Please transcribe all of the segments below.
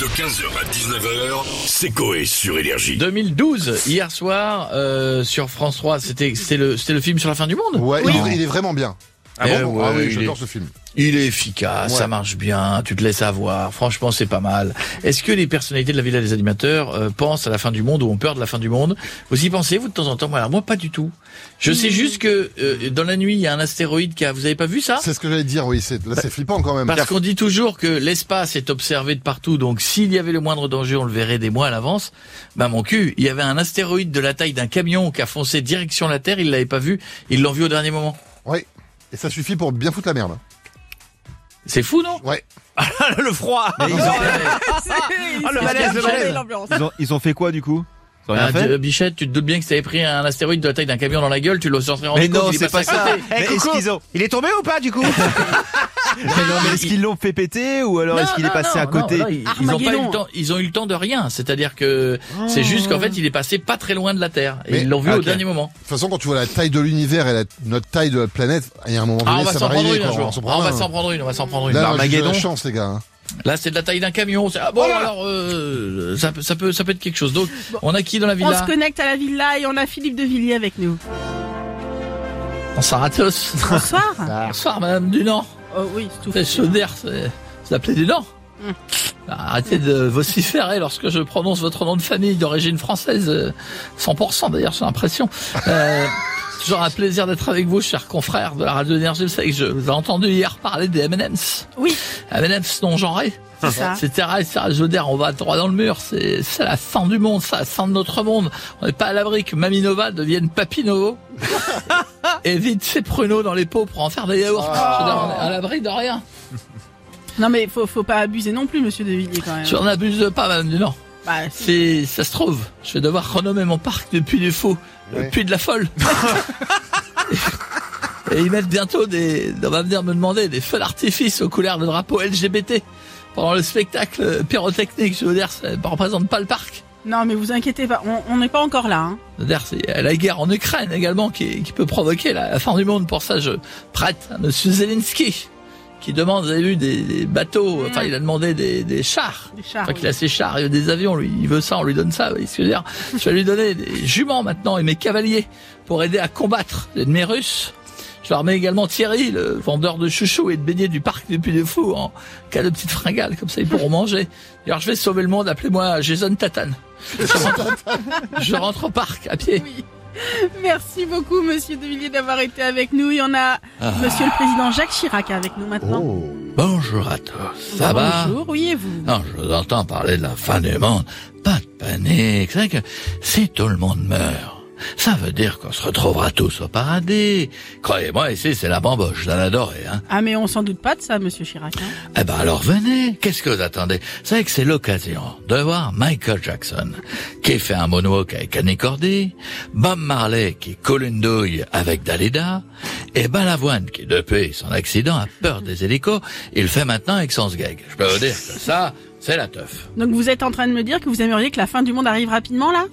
De 15h à 19h, c'est Coé sur Énergie. 2012, hier soir, euh, sur France 3, c'était c'était le, c'était le film sur la fin du monde Ouais, Non. il, est, il est vraiment bien. Eh bon ouais, ah oui, il, est, j'adore ce film. il est efficace, Ouais. ça marche bien, tu te laisses avoir, franchement c'est pas mal. Est-ce que les personnalités de la Villa des Animateurs euh, pensent à la fin du monde ou ont peur de la fin du monde Vous y pensez, vous, de temps en temps Moi, Alors moi, pas du tout. Hmm. Je sais juste que euh, dans la nuit, il y a un astéroïde qui a... Vous avez pas vu ça C'est ce que j'allais dire, oui. C'est, là, c'est flippant quand même. Bah, Parce qu'on dit toujours que l'espace est observé de partout, donc s'il y avait le moindre danger, on le verrait des mois à l'avance. Ben mon cul, il y avait un astéroïde de la taille d'un camion qui a foncé direction la Terre, il l'avait pas vu, il l'ont vu au dernier moment. Ouais. Et ça suffit pour bien foutre la merde. C'est fou, non Ouais. Le froid Mais ils ont- Ah, le malaise, le malaise. Ils ont, ils ont fait quoi du coup Ils ont rien fait Ah, Bichette, tu te doutes bien que si t'avais pris un astéroïde de la taille d'un camion dans la gueule, tu le sortirais en Eh, Mais est-ce qu'ils ont- Il est tombé ou pas du coup Mais non, mais est-ce qu'ils l'ont fait péter ou alors est-ce qu'il est passé à côté ils, ils ont pas eu le temps, ils ont eu le temps de rien. C'est-à-dire que c'est juste qu'en fait, il est passé pas très loin de la Terre. Et Mais- ils l'ont vu au ok. dernier moment. De toute façon, quand tu vois la taille de l'univers et la, notre taille de la planète, il y a un moment Ah, donné, on va ça s'en va prendre arriver. une un quoi. jour. On s'en Ah, prend on va un. s'en prendre une, on va s'en prendre une. Là, là, j'ai de la Armageddon. chance, les gars. hein. Là, c'est de la taille d'un camion. C'est- Ah bon, alors, euh, ça, peut, ça, peut, ça peut être quelque chose. Donc, on a qui dans la On se villa connecte à la villa et on a Philippe de Villiers avec nous. On s'en ratos. Bonsoir. Bonsoir, madame Dunant. Oh oui, c'est tout. C'est Sauder, c'est c'est la plaie du Nord. Hmm. Mm. Arrêtez de vociférer lorsque je prononce votre nom de famille d'origine française. euh, 100% d'ailleurs, j'ai l'impression. Euh, c'est toujours un plaisir d'être avec vous, chers confrères de la radio énergie. Vous savez que je vous ai entendu hier parler des M&M's. Oui, M&M's non genrés. c'est ça. etc. etc. Je veux dire, on va droit dans le mur. C'est c'est la fin du monde, ça, la fin de notre monde. On n'est pas à l'abri que Maminova devienne Papinovo. Et vide ses pruneaux dans les pots pour en faire des yaourts. Ah. Je veux dire, on est à l'abri de rien. Non mais faut, faut pas abuser non plus, monsieur de Villiers quand même. Je n'en abuse pas, madame Dunant. Bah, si. C'est, ça se trouve, je vais devoir renommer mon parc de Puy du Fou, le Ouais. Puy de la Folle. Et ils mettent bientôt des, on va venir me demander des feux d'artifice aux couleurs de drapeau LGBT pendant le spectacle pyrotechnique. Je veux dire, ça ne représente pas le parc. Non mais vous inquiétez pas, on on n'est pas encore là. hein. D'ailleurs, c'est la guerre en Ukraine également qui, qui peut provoquer la, la fin du monde. Pour ça, je prête à Monsieur Zelensky qui demande, vous avez vu, des, des bateaux. Enfin, il a demandé des, des chars. Des Enfin, chars, Ah oui. qu'il a ses chars, il a des avions. Lui, il veut ça, on lui donne ça. Vous voyez ce que je veux dire Je vais lui donner des juments maintenant et mes cavaliers pour aider à combattre l'ennemi russe. Je leur mets également Thierry, le vendeur de chouchous et de beignets du parc du Puy de Fou, en cas de petite fringale, comme ça ils pourront manger. D'ailleurs, je vais sauver le monde, appelez-moi Jason Tatane. je rentre au parc à pied. Oui. Merci beaucoup, monsieur de Villiers d'avoir été avec nous. Il y en a Ah. monsieur le président Jacques Chirac avec nous maintenant. Oh. Bonjour à tous, ça va Bonjour, oui et vous Non, je vous entends parler de la fin du monde. Pas de panique, c'est vrai que si tout le monde meurt, ça veut dire qu'on se retrouvera tous au paradis. Croyez-moi, ici c'est la bamboche, j'en adoré, hein. Ah mais on s'en doute pas de ça, monsieur Chirac. hein. Eh ben alors venez, qu'est-ce que vous attendez C'est vrai que c'est l'occasion de voir Michael Jackson qui fait un moonwalk avec Annie Cordy, Bob Marley qui coule une douille avec Dalida, et Balavoine qui depuis son accident a peur des hélicos, il fait maintenant avec son sgeg. Je peux vous dire que ça, c'est la teuf. Donc vous êtes en train de me dire que vous aimeriez que la fin du monde arrive rapidement là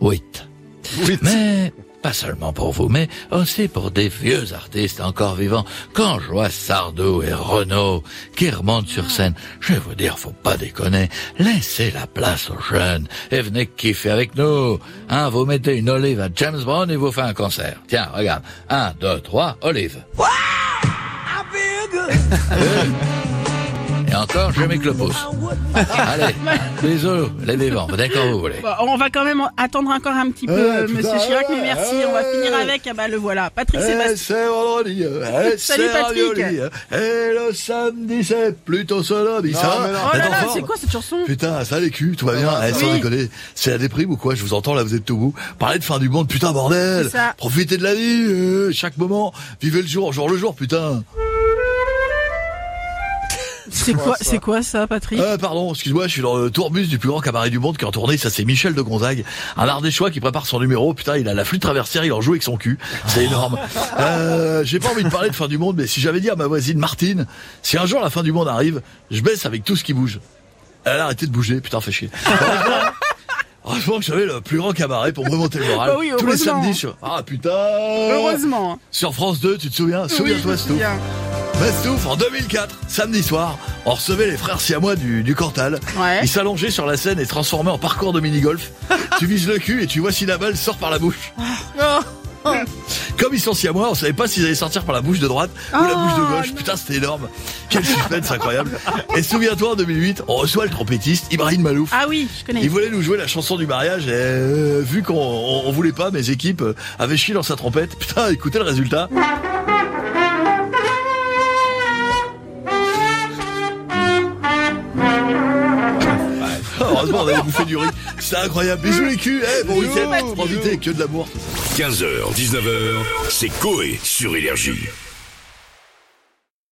Wait. Oui. Mais pas seulement pour vous, mais aussi pour des vieux artistes encore vivants. Quand je vois Sardou et Renaud qui remontent sur scène, je vais vous dire, faut pas déconner, laissez la place aux jeunes et venez kiffer avec nous. Hein, vous mettez une olive à James Brown et vous faites un concert. Tiens, regarde. Un, deux, trois, olive. Et encore, je mets que le pouce. Allez, bisous, les vivants, venez quand vous voulez. Bon, on va quand même en- attendre encore un petit peu, Eh, euh, putain, Monsieur Chirac, ouais, mais merci. on va ouais. finir avec, ah bah le voilà, Patrick Eh, Sébastien. c'est vendredi, Salut, eh, c'est Patrick. ravioli, eh, le samedi, c'est plutôt solide, Non, ça va mais non. Oh là T'es en là, forme c'est quoi cette chanson Putain, ça les culs, tout va bien, eh, sans Oui. déconner. C'est la déprime ou quoi Je vous entends là, vous êtes tout bout. Parlez de fin du monde, putain, bordel C'est ça. Profitez de la vie, euh, chaque moment, vivez le jour, jour le jour, putain C'est quoi, c'est quoi ça, Patrick Euh, Ah pardon, excuse-moi, je suis dans le tourbus du plus grand cabaret du monde qui est en tournée, ça c'est Michel de Gonzague, un ardéchois qui prépare son numéro, putain il a la flûte traversière, il en joue avec son cul, c'est énorme. Euh, J'ai pas envie de parler de fin du monde, mais si j'avais dit à ma voisine Martine, si un jour la fin du monde arrive, je baisse avec tout ce qui bouge. Elle a arrêté de bouger, putain fait chier. Heureusement- Heureusement que j'avais le plus grand cabaret pour me remonter le moral. Bah oui, Tous les heureusement. samedis sur... Ah putain Heureusement. Sur France 2, tu te souviens Oui, je Souviens-toi me c'est tout. souviens. Bastouf, en 2004, samedi soir, on recevait les frères siamois du, du Cantal. Ouais. Ils s'allongeaient sur la scène et se transformaient en parcours de mini-golf. tu vises le cul et tu vois si la balle sort par la bouche. Comme ils sont siamois, on savait pas s'ils allaient sortir par la bouche de droite ou la Oh, bouche de gauche. non. Putain, c'était énorme. Quel suspense incroyable. Et souviens-toi, en 2008, on reçoit le trompettiste Ibrahim Malouf. Ah oui, je connais. Il voulait nous jouer la chanson du mariage et euh, vu qu'on on- on voulait pas, mes équipes euh, avaient chié dans sa trompette. Putain, écoutez le résultat. Heureusement, on avait bouffé du riz. C'était incroyable. Bisous les culs. Eh, bon week-end. Profitez que de l'amour. 15h, 19h, c'est Coé sur Énergie.